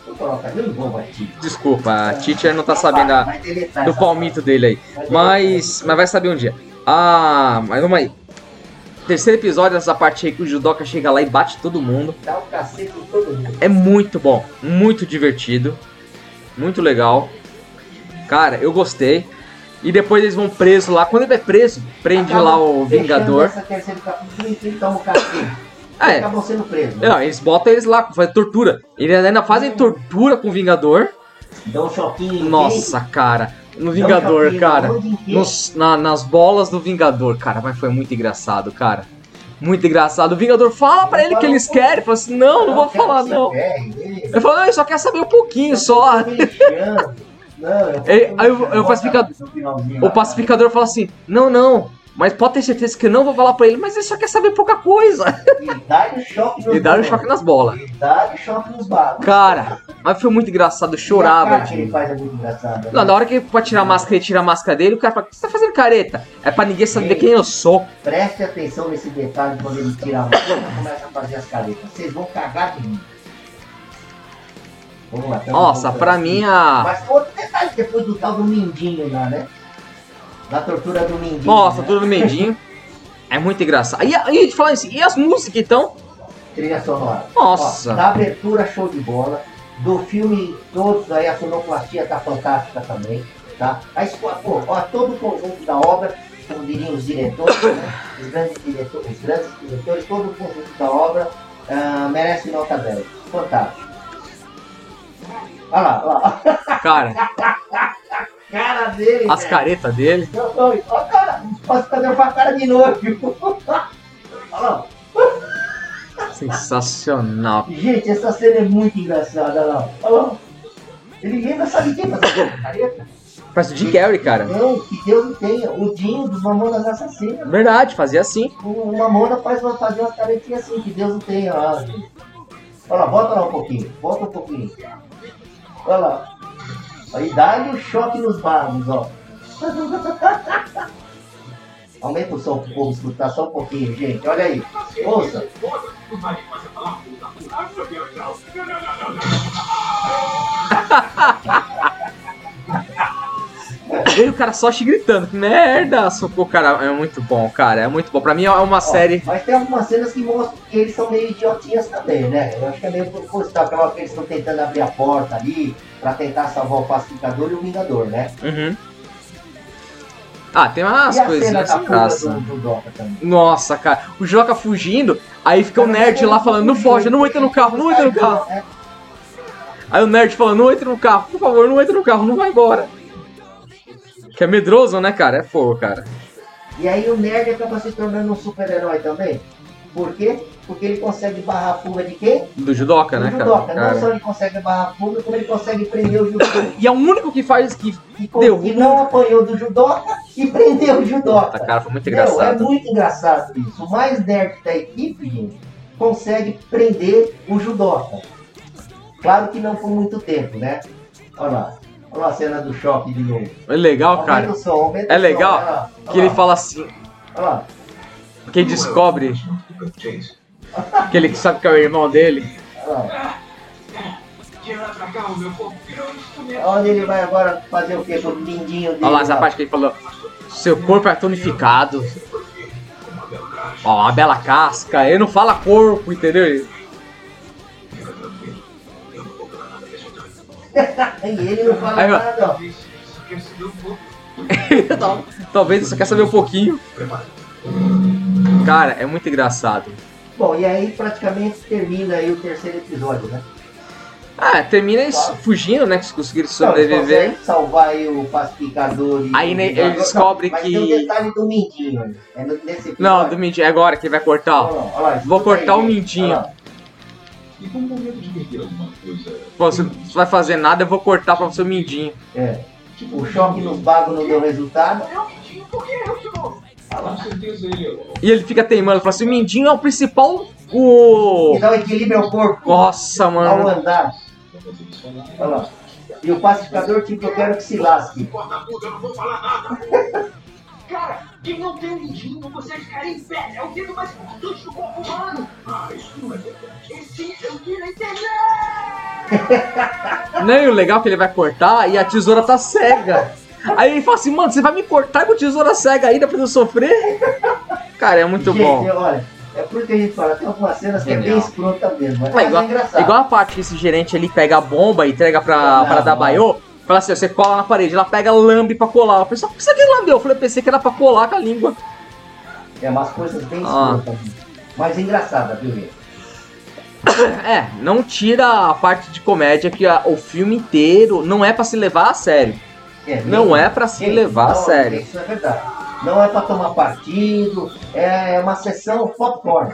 Vou colocar, eu não vou bater.
desculpa, a teacher não tá sabendo a-
Vai deletar
do
essa
palmito dele aí.
parte, vai deletar.
Mas, mas vai saber um dia. Ah, mas vamos aí. Terceiro episódio, essa parte aí que o Judoka chega lá e bate todo mundo.
Dá um cacete em todo mundo.
É muito bom, muito divertido, muito legal. Cara, eu gostei. E depois eles vão preso lá. Quando ele é preso, prende
Acaba
lá o
fechando
Vingador.
Essa terceira capítulo e ele toma o cacete.
Ah, é.
Acabam sendo presos.
Não, eles botam eles lá, fazem tortura. Eles ainda fazem tortura com o Vingador.
Dá um choquinho. em ninguém,
Nossa, cara. No
dá um
Vingador,
choquinho
cara.
onde ninguém-
Nos- na- nas bolas do Vingador, cara. Mas foi muito engraçado, cara. Muito engraçado. O Vingador fala pra ele que eles querem. Ele Fala assim, não, não vou
quero
falar,
que você
não.
pegue, ele-
Ele fala, não, ele só quer saber um pouquinho só.
Tô lixando. Não, eu tô
Ele- aí o-
lixando.
aí o pacificador-
Bota no finalzinho
O
lá.
pacificador fala assim: não, não, mas pode ter certeza que eu não vou falar pra ele, mas ele só quer saber pouca coisa.
E dá-lhe um choque nos
E dá um choque nas bolas.
E dá-lhe um choque nos balos.
Cara, mas foi muito engraçado, eu
E a
chorava.
cara que ele
De...
faz é muito engraçada.
Não, na hora que ele vai tirar a máscara e tira a máscara dele, o cara fala: o que você tá fazendo careta? É pra ninguém saber quem eu
tá
sou.
Preste atenção nesse detalhe quando ele tira a máscara e começa a fazer as caretas. Vocês vão cagar de mim. Vamos assim. lá. tamo
Nossa,
voltando
pra
aqui.
mim a.
Mas outro detalhe depois do tal do Mindinho lá, né? Da tortura do Mindinho.
Nossa,
né?
tudo no mendinho. É muito engraçado. E, a- e falando assim, e as músicas então?
Trilha sonora.
Nossa.
Ó, da abertura, show de bola. Do filme todos aí, a sonoplastia tá fantástica também, tá? A escola, pô, ó, todo o conjunto da obra, como diriam os diretores, né? os, grandes diretores os grandes diretores, todo o conjunto da obra ah, merece nota 10. Fantástico. Olha lá, olha lá.
Cara,
A cara dele. né?
as
velho.
caretas dele.
Não, não, olha a cara. Posso fazer com a cara de novo. olha lá.
Sensacional.
Gente, essa cena é muito engraçada, olha lá. Olha lá. Ele lembra, sabe é quem faz essa careta?
Parece o Jim Carrey, cara.
Não, que Deus não tenha. O Dinho dos Mamonas Assassinas.
Verdade, fazia assim.
O o Mamona faz uma, fazer umas caretinhas assim, que Deus não tenha. Olha lá, olha lá, volta lá um pouquinho. Volta um pouquinho. Olha lá. Aí dá-lhe o choque nos bagos, ó. Aumenta o som pro povo escutar só um pouquinho, gente. Olha aí. Ouça.
E o cara só te gritando, que merda! Socorro, cara, é muito bom, cara, é muito bom. Pra mim é uma
Ó,
série.
Mas tem algumas cenas que mostram que eles são meio idiotinhas também, né? Eu acho que é meio proposital, aquela hora que eles estão tentando abrir a porta ali pra tentar salvar o pacificador e o vingador, né?
Uhum. Ah, tem umas
e a cena
coisinhas
da
sem
fuga
graça.
do, do Doca também.
Nossa, cara, o Joca fugindo, aí fica o nerd lá falando, não foge, não entra no carro, não entra no carro.
É,
Aí o nerd falando, não entra no carro, por favor, não entra no carro, não vai embora. Que é medroso, né, cara? É fogo, cara.
E aí o nerd acaba se tornando um super-herói também. Por quê? Porque ele consegue barrar a fuga de quem?
Do judoca,
Do
né, cara?
Judoca. Não
cara?
só ele consegue barrar a fuga, como ele consegue prender o Judoca.
E é o único que faz que.
Que, co-
Deu. um
que não apanhou do Judoca e prendeu o Judoca.
Tá, cara, foi muito
Meu, é
engraçado.
muito engraçado isso. O mais nerd da equipe gente, consegue prender o judoca. Claro que não por muito tempo, né? Olha lá. Olha lá a cena do choque de novo.
É legal,
Aumenta
cara.
o som, aumenta
É
o som, olha
legal
lá, olha
que ele
lá,
fala assim,
Olha lá.
que ele descobre
Chase.
que ele sabe que é o irmão dele.
Olha lá.
Tira pra cá o meu corpo virou um instrumento.
É Onde ele vai agora fazer o quê? Com o lindinho dele.
Olha lá essa parte que ele falou. Seu corpo é tonificado. Ó, uma bela casca. Ele não fala corpo, entendeu?
E ele não fala
Aí, ó. Tá
nada, ó.
Isso quer se deu um pouco.
Tal- Talvez você quer saber um pouquinho. Cara, é muito engraçado.
Bom, e aí praticamente termina aí o terceiro episódio, né?
Ah, termina eles fugindo, né? Que eles conseguiram
Não, eles
sobreviver.
conseguem salvar aí o pacificador e...
Aí, né, ele
Não,
descobre
mas
que-
tem um detalhe do mindinho. aí. É no- nesse
Não,
episódio.
do Mindinho. É agora que ele vai cortar. ó.
Olha lá, olha lá,
Vou
escuta
cortar
aí,
o
gente.
mindinho.
Olha lá.
E com o momento de perder alguma coisa.
Pô, você não vai fazer nada, eu vou cortar pra você o Mindinho.
É. O choque nos bagos não deu resultado.
Com certeza ele é o.
E ele fica teimando. Fala assim, o Mindinho é o principal... O...
Então equilibra o corpo
Nossa,
ao
mano.
andar.
Vai fazer isso lá.
Olha lá. E o pacificador, tipo, eu quero que se lasque.
Corta tudo, eu não vou falar nada. Cara, quem não tem um lindinho, você ficar em pé. É o dedo mais importante do corpo humano. Ah, isso não é verdade. Esse é eu vi na internet.
Não, e o legal é que ele vai cortar e a tesoura tá cega. Aí ele fala assim, mano, você vai me cortar com tesoura cega ainda pra eu sofrer? Cara, é muito
gente,
bom.
olha, é por isso que a gente fala, tem algumas cenas que é bem
Genial.
escrota mesmo. Mas
É
é
igual,
engraçado.
igual a parte que esse gerente ali pega a bomba e entrega pra,
Não,
pra dar
não.
baiô. Fala assim, ó, você cola na parede, ela pega, lambe pra colar. O pessoal, por que você que lambeu? Eu falei, pensei que era pra colar com a língua.
É umas coisas bem
Ah.
escrotas. mesmo. Mas engraçada, viu, gente?
É, não tira a parte de comédia que a- o filme inteiro não é pra se levar a sério.
É,
Não
mesmo.
é pra se
Gente,
levar a
não,
sério.
Isso é verdade. Não é pra tomar partido, é uma sessão popcorn.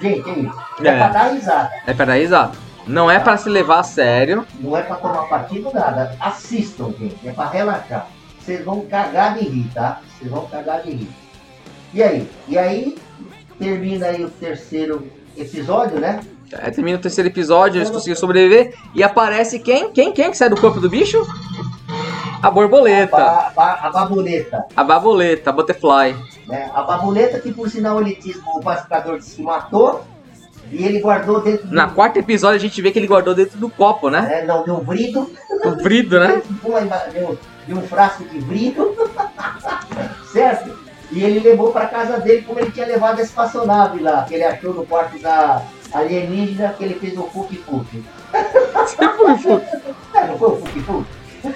Gente, é isso. É,
É.
pra dar risada.
É, peraí, exato. Não é pra se levar a sério.
Não é pra tomar partido nada. Assistam, gente. É pra relaxar. Vocês vão cagar de rir, tá? Vocês vão cagar de rir. E aí? E aí, termina aí o terceiro episódio, né?
É, termina o terceiro episódio, eles conseguiram sobreviver. E aparece quem? Quem? Quem que sai do corpo do bicho? A borboleta.
Ba- ba- a babuleta.
A borboleta, a butterfly.
né? A babuleta que por sinal ele diz que o pacificador se matou e ele guardou dentro
Na quarta episódio a gente vê que ele guardou dentro do copo,
do,
né?
né? não, de um brido,
O brido, né?
de, uma ima- de um, de um frasco de brido, certo? E ele levou para casa dele como ele tinha levado a espaçonave lá, que ele achou no quarto da alienígena, que ele fez o Fuk Fuk.
Sempre foi.
É, não foi o Fuk Fuk?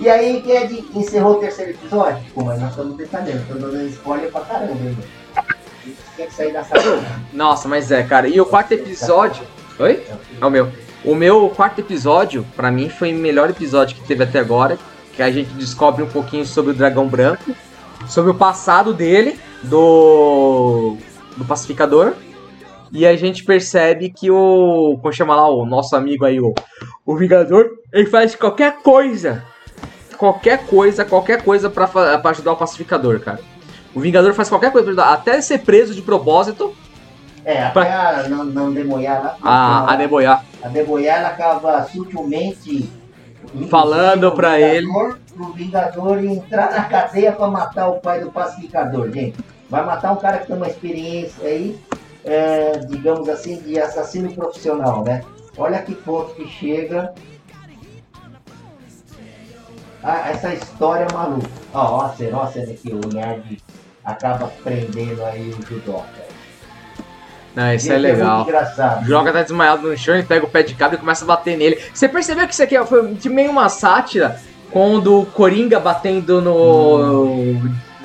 E aí, que é de, encerrou o terceiro episódio? Pô, mas nós estamos detalhando, estamos dando spoiler pra caramba. hein, meu? A gente Tem que sair da sala.
Nossa, mas é, cara. E o quarto episódio. Oi? É o meu. O meu quarto episódio, pra mim, foi o melhor episódio que teve até agora. Que a gente descobre um pouquinho sobre o Dragão Branco, sobre o passado dele, do. do Pacificador. E a gente percebe que o. Como chama lá o nosso amigo aí, o. O Vingador, ele faz qualquer coisa. Qualquer coisa, qualquer coisa pra, fa- pra ajudar o Pacificador, cara. O Vingador faz qualquer coisa pra ajudar, até ser preso de propósito
É, até a não, não demoiar lá.
Ah, a, a
a,
Neboiá.
demoiar ela acaba sutilmente
Falando pra ele.
O Vingador entrar na cadeia pra matar o pai do pacificador, gente. Vai matar um cara que tem uma experiência aí, é, digamos assim, de assassino profissional, né? Olha que ponto que chega. a- Ah, essa história é maluca. Ó, ó, a cena, ó, a cena que o Nerd acaba prendendo aí o judoca.
Não, isso é
Gente,
legal.
muito engraçado.
O Joga tá desmaiado no chão, ele pega o pé de cabra e começa a bater nele. Você percebeu que isso aqui ó, foi de meio uma sátira quando o Coringa batendo no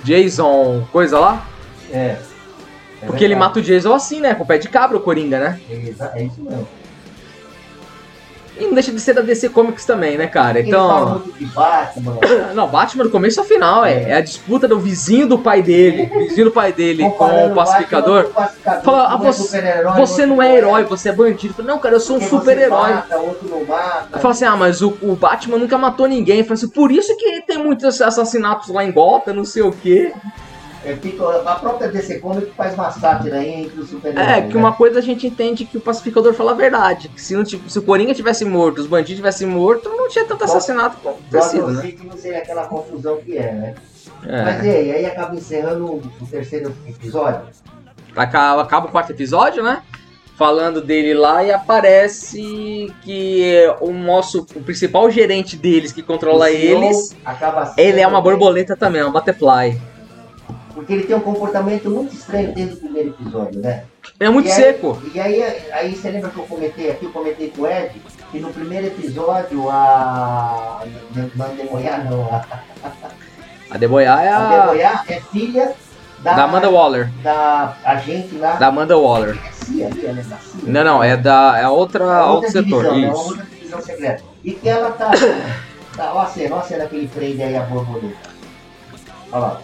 Jason, coisa lá?
É. É
Porque ele
verdade.
mata o Jason assim, né? Com o pé de cabra, o Coringa, né?
Exa- É isso
Então,
mesmo.
E não deixa de ser da DC Comics também, né, cara?
Ele fala
Então.
muito de Batman, né?
Não, Batman do começo ao final, é. É a disputa do vizinho do pai dele, vizinho do pai dele com
comparando
o pacificador.
Batman com o pacificador,
Fala,
um
ah,
é
você-
super-herói,
Você
outro
não é herói, você é bandido. Eu falei, Não, cara, eu sou um
porque né? você é
super-herói.
mata, outro não mata.
Fala assim, ah, mas o, o Batman nunca matou ninguém. Fala assim, por isso que tem muitos assassinatos lá em Gota, não sei o quê.
é, fica, a própria DC Comics faz uma sátira aí entre os super-heróis.
É, que
né?
uma coisa a gente entende que o pacificador fala a verdade. Que se, não ti- se o Coringa tivesse morto, os bandidos tivessem morto, não tinha tanto assassinato acontecido,
Gotham
né?
City não seria aquela confusão que é, né? Mas
É.
e aí, aí acaba encerrando o o terceiro episódio.
Acaba, acaba o quarto episódio, né? Falando dele lá e aparece que o nosso o principal gerente deles que controla
O CEO
eles,
Acaba sendo- né?
ele é uma borboleta também, é uma butterfly.
Porque ele tem um comportamento muito estranho desde o primeiro episódio, né?
É muito
E aí-
seco.
E aí, aí você lembra que eu comentei aqui, eu comentei com o Ed, que no primeiro episódio a. Não demoiar não, a,
A Deboiá é
a é
a
Demoiá é filha da,
da Amanda Waller.
da agente lá
Da Amanda Waller.
da CIA, né? Da CIA.
Não, não, é da é outra,
É
outro setor.
divisão, né? Uma
Isso.
outra divisão secreta. E que ela tá. tá ó, a cena, ó, a cena daquele freio aí, a borboleta. Olha lá.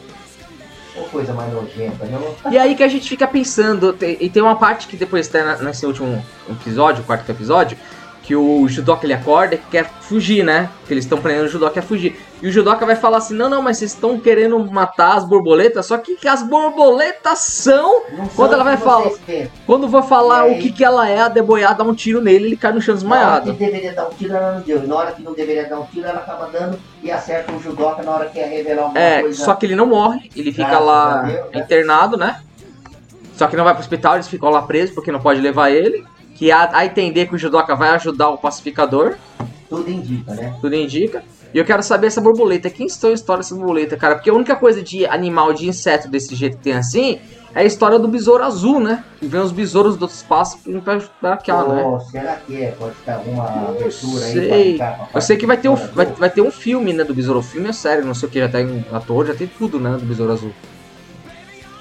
Ô, coisa mais nojenta, né? não?
E aí que a gente fica pensando, te- e tem uma parte que depois tá na- nesse último episódio, o quarto episódio, que o judoca ele acorda e quer fugir, né? Que eles estão prendendo o judoca a fugir. E o judoca vai falar assim: "Não, não, mas vocês estão querendo matar as borboletas, só que as borboletas são,
não são
Quando ela vai
o que vocês
falar-
pensam.
quando vou falar
E aí?
o que que ela é, a deboiada dá um tiro nele, ele cai no chão
Na hora que
desmaiado.
deveria dar um tiro, ela não deu. E na hora que não deveria dar um tiro, ela acaba dando e acerta o judoca na hora que ia revelar alguma
É, Ah,
coisa.
só que ele não morre, ele fica
Graças
lá
a Deus, né?
internado, né? Só que não vai pro hospital, eles ficam lá presos porque não pode levar ele. Que a, a entender que o judoca vai ajudar o pacificador,
Tudo indica, né?
tudo indica. E eu quero saber essa borboleta, quem estou a história dessa borboleta, cara? Porque a única coisa de animal, de inseto desse jeito que tem assim, é a história do besouro azul, né? Que vem os besouros do outro espaço pra, pra cá, né?
Ou será que é? Pode ficar alguma
Não
abertura
sei.
aí pra ficar com a
Eu sei que vai ter, um,
parte
vai,
do
vai ter um filme, né, do Besouro. O filme é sério, não sei o que, já tem ator, já tem tudo, né, do Besouro Azul.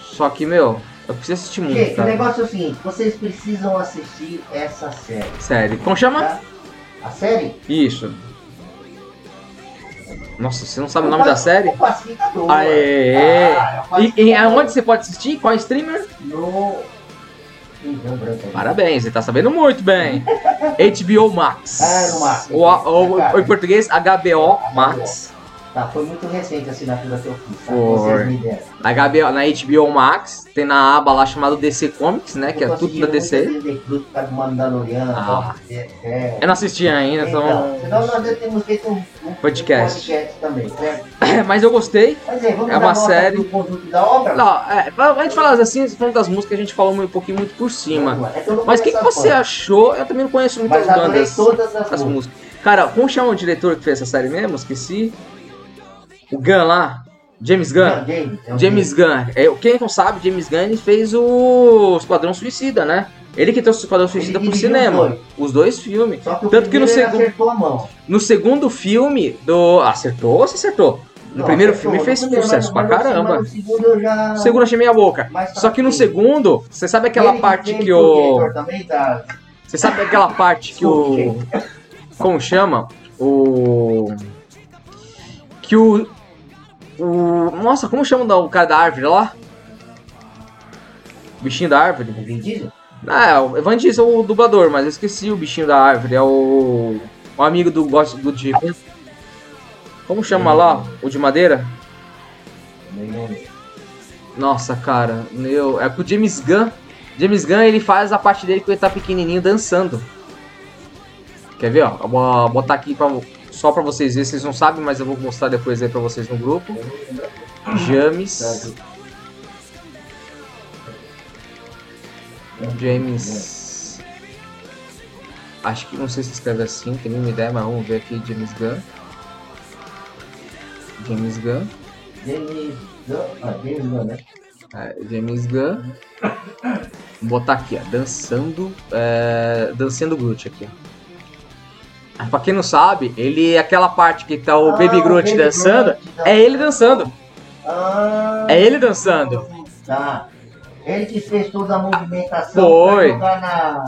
Só que, meu, eu preciso assistir muito,
Gente, o
um cara.
negócio é o seguinte, vocês precisam assistir essa série,
Sério. Como chama?
tá? A série?
Isso. Nossa, você não sabe o nome
pa-
da série?
O Pacificador.
Aê!
é Ah, é o
E, e
Pacificador.
aonde você pode assistir? Qual streamer?
No... Ih, deu um branco aí.
Parabéns, você tá sabendo muito bem. HBO Max.
Ah, no Max.
Ou, a- ou- ou em português, HBO Max.
Tá, foi muito recente a assinatura que eu fiz, tá?
Foi.
Vocês me deram.
Na HBO, na HBO Max, tem na aba lá chamada DC Comics, né, que é tudo da DC.
Por causa do Mandaloriano,
Ah.
é, é.
Eu não assisti ainda, então.
Então, senão nós já temos feito um, um
Podcast.
um podcast também, certo?
Mas eu gostei.
Mas é, vamos
É
dar
uma
nota
série-
do conjunto da obra?
Não, é, pra- a gente falar assim, falando das músicas, a gente falou um pouquinho muito por cima.
É que eu não
Mas o que, que
conheço as
você
bandas,
achou? Eu também não conheço muitas
Mas adorei
bandas.
todas as,
As
músicas.
músicas. Cara, como chama o diretor que fez essa série mesmo? Esqueci. O Gunn lá. James Gunn.
Não, James, é o
James Gunn. É, quem não sabe, James Gunn ele fez o Esquadrão Suicida, né? Ele que trouxe o Esquadrão Suicida pro
dirigiu
cinema.
os dois.
Os dois filmes.
Só que o
Tanto que no
primeiro ele
segundo-
acertou a mão.
No segundo filme do. Acertou ou se acertou? No
Não,
primeiro
acertou,
filme
no
fez
primeiro,
sucesso
mas
pra
no-
caramba.
mas No segundo eu já...
O segundo achei meia assim boca.
mais
Só que no
fraquinho.
segundo, você sabe aquela
Ele
parte
fez
que
o
o.
diretor também tá da-
Você sabe aquela parte que o. Como chama? O. Que o. O. Nossa, como chama o cara da árvore lá? O bichinho da árvore?
do Vin Diesel?
Ah, é, o Evan Diesel é o dublador, mas eu esqueci o bichinho da árvore. É o. O amigo do gosto do Jim. Como chama lá? O de madeira?
Também não lembro.
Nossa, cara, meu, é que o James Gunn, James Gunn ele faz a parte dele quando ele tá pequenininho dançando. Quer ver, ó? Eu vou botar aqui pra, só pra vocês verem, vocês não sabem, mas eu vou mostrar depois aí pra vocês no grupo. James, James... Acho que, não sei se escreve assim, tem nenhuma ideia, mas vamos ver aqui, James Gunn. James Gunn.
é James Gunn- ah, James Gunn, né?
É, James Gunn. Vou botar aqui, ó. Dançando. É, dançando Groot aqui, ó. Ah, Pra quem não sabe, ele é aquela parte que tá o
Ah,
Baby Groot
Baby
dançando.
Groot dan-
É ele dançando.
Ah,
É ele dançando.
tá. Ele que fez toda a movimentação
Foi.
pra jogar na...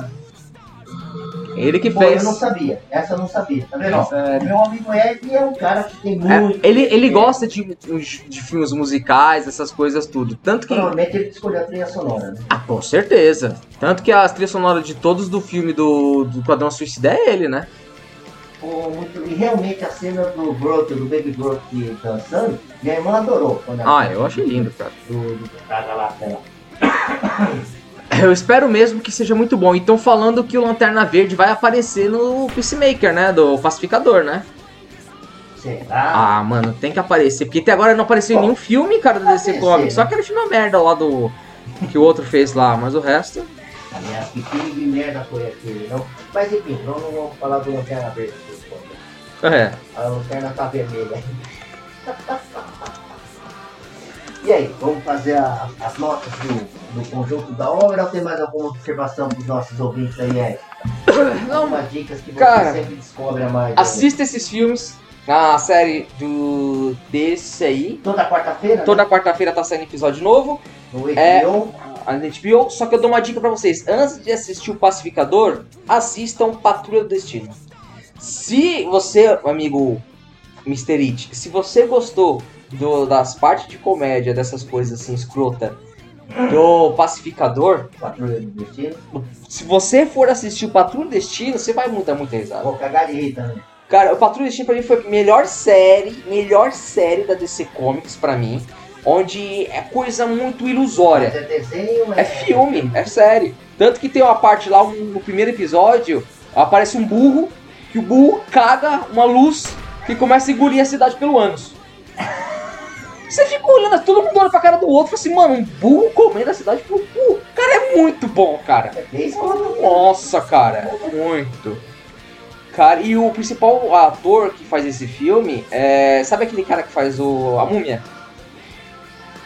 Ele que
Pô,
fez.
eu não sabia. Essa eu não sabia. Tá vendo? ó?
É,
Meu amigo Ed é um cara que tem muito...
é, ele, ele gosta de, de filmes musicais, essas coisas tudo. Tanto que.
Provavelmente ele que escolheu a trilha sonora, né?
Ah, com certeza. Tanto que a trilha sonora de todos do filme do, do Quadrão Suicida é ele, né?
ficou muito. E realmente a cena do Broto, do Baby Broto dançando, minha irmã adorou. Quando ela-
Ah, eu achei lindo, cara.
Do, do cara lá, sei lá.
Eu espero mesmo que seja muito bom. Então falando que o Lanterna Verde vai aparecer no Peacemaker, né? Do Pacificador, né?
Será?
Ah, mano, tem que aparecer. Porque até agora não apareceu em
Bom,
nenhum filme, cara, do DC
aparecer, né?
Comics. Só aquele filme é merda lá do. Que o outro fez lá, mas o resto.
Aliás, que filme de merda foi aquele, não? Mas enfim, não, não vamos falar do Lanterna Verde. pessoal.
É.
A lanterna tá vermelha. E aí, vamos fazer a- as notas do, do conjunto da obra ou tem mais alguma observação dos nossos ouvintes aí? É?
Não,
Algumas dicas que você
cara,
sempre descobre a mais. né?
assista esses filmes na série do desse aí.
Toda quarta-feira?
Toda quarta-feira tá saindo episódio novo.
né? No HBO?
é. a HBO, só que eu dou uma dica pra vocês. Antes de assistir o Pacificador, assistam Patrulha do Destino. Se você, amigo Mr. It, se você gostou do- das partes de comédia, dessas coisas assim, escrota, do Pacificador,
Patrulha do Destino.
se você for assistir o Patrulha do Destino, você vai mudar muito risada.
Vou cagar de né? rir também.
Cara, o Patrulha do Destino pra mim foi a melhor série, melhor série da DC Comics pra mim, onde é coisa muito ilusória.
Mas é desenho,
É filme, é série. Tanto que tem uma parte lá, um- no primeiro episódio, aparece um burro, que o burro caga uma luz que começa a engolir a cidade pelo ânus. Você fica olhando, todo mundo olha pra cara do outro e fala assim, mano, um burro comendo a cidade pelo cu. Cara, é muito bom, cara.
É baseball.
Nossa, cara, é muito. Cara, e o principal ator que faz esse filme é. Sabe aquele cara que faz o. a múmia?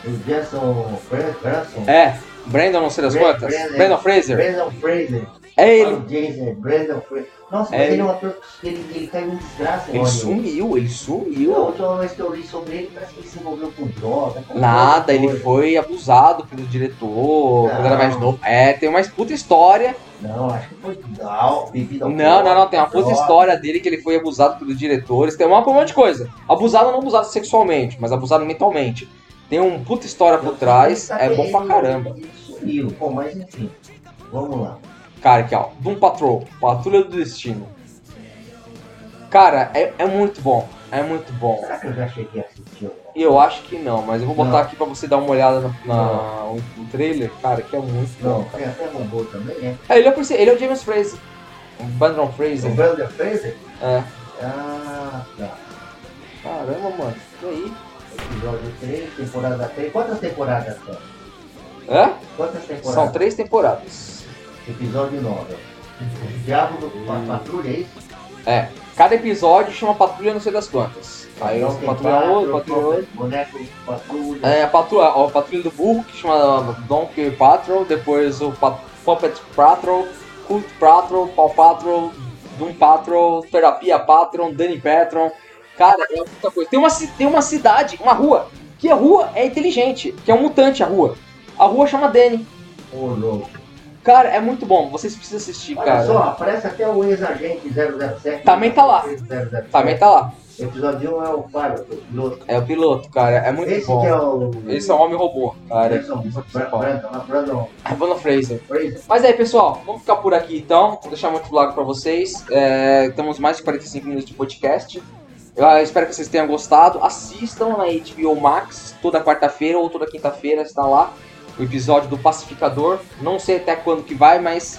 O Jason Bran- Branson.
É, Brandon, não sei das
Bra-
quantas.
Brandon-
Brandon Fraser.
Brandon Fraser.
É ele.
Fala o Jason Brandon Fraser. Nossa,
É
mas ele
ele.
é um ator que ele, ele caiu em desgraça.
Ele
olha.
sumiu, ele
A
sumiu.
última vez que eu li sobre ele, parece que ele se envolveu com droga. com
Nada,
outra
ele
coisa.
foi abusado pelo diretor, quando era mais
Não.
novo. É, tem uma puta história.
Não, acho que foi não, bebida
Não, não, não, tem uma puta
droga.
história dele que ele foi abusado pelos diretores. Tem uma um monte de coisa. Abusado não abusado sexualmente, mas abusado mentalmente. Tem um puta história por
Eu
trás,
sabia,
é bom pra
ele-
caramba.
Ele sumiu, pô, mas enfim. Vamos lá.
Cara, aqui ó, Doom Patrol, Patrulha do Destino. Cara, é, é muito bom, é muito bom.
Será que eu já cheguei a assistir?
E eu acho que não, mas eu vou botar
Não.
aqui pra você dar uma olhada na, na- no trailer, cara, que é muito bom.
Não, tem até robô também, né?
É, ele é, o princi- ele é o James Fraser. O Brandon Fraser.
O Brandon Fraser?
É.
Ah, tá.
Caramba, mano. E aí?
Episódio 3, temporada 3. Quantas temporadas são?
Hã?
Quantas
São
temporadas?
três temporadas.
Episódio 9. O Diabo do
Hum.
Patrulha, é isso?
Cada episódio chama patrulha não sei das quantas. Aí
Não
você
tem
patrulha
quatro,
outro, patrulha outro.
Boneco Patrulha.
É, a patrulha, ó, a patrulha do burro, que chama Donkey Patrol, depois o Pat- Puppet Patrol, Cult Patrol, Paw Patrol, Doom Patrol, Terapia Patron, Danny Patron. Cara, é muita coisa. Tem uma, ci- tem uma cidade, uma rua, que a rua é inteligente, que é um mutante a rua. A rua chama Danny. É.
Ô, louco.
Cara, é muito bom. Vocês precisam assistir,
Olha
cara.
só, aparece até o ex-agente 007.
Também tá lá.
007.
Também tá lá.
Episódio 1 é o Fábio, o piloto.
É o piloto, cara. É muito
Esse
bom.
que é o. um
Esse é o homem robô, cara.
Brandon,
Isso é
Brandon,
principal.
Brandon, Brandon
É Brandon Fraser.
Fraser.
Mas aí, pessoal, vamos ficar por aqui então. Vou deixar muito logo pra vocês. É, temos mais de 45 minutos de podcast. Eu ah, espero que vocês tenham gostado. Assistam na HBO Max toda quarta-feira ou toda quinta-feira está lá o episódio do Pacificador. Não sei até quando que vai, mas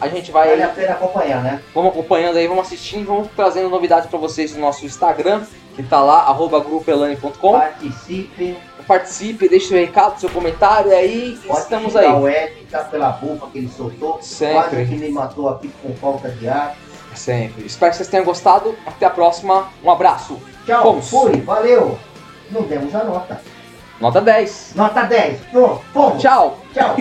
a gente vai.
Vale a pena acompanhar, né?
Vamos acompanhando aí, vamos assistindo, vamos trazendo novidades pra vocês no nosso Instagram, que tá lá, arroba grupelane.com.
Participe.
Participe, deixe seu recado, seu comentário e aí, estamos
xingar
aí.
O Ed tá pela bufa que ele soltou. Quase que
Sempre,
me matou aqui com falta de ar.
sempre. Espero que vocês tenham gostado. Até a próxima. Um abraço.
Tchau,
Fomos.
fui, valeu. Não demos a nota.
Nota 10.
Nota 10. Pronto, fomos.
Tchau.
Tchau.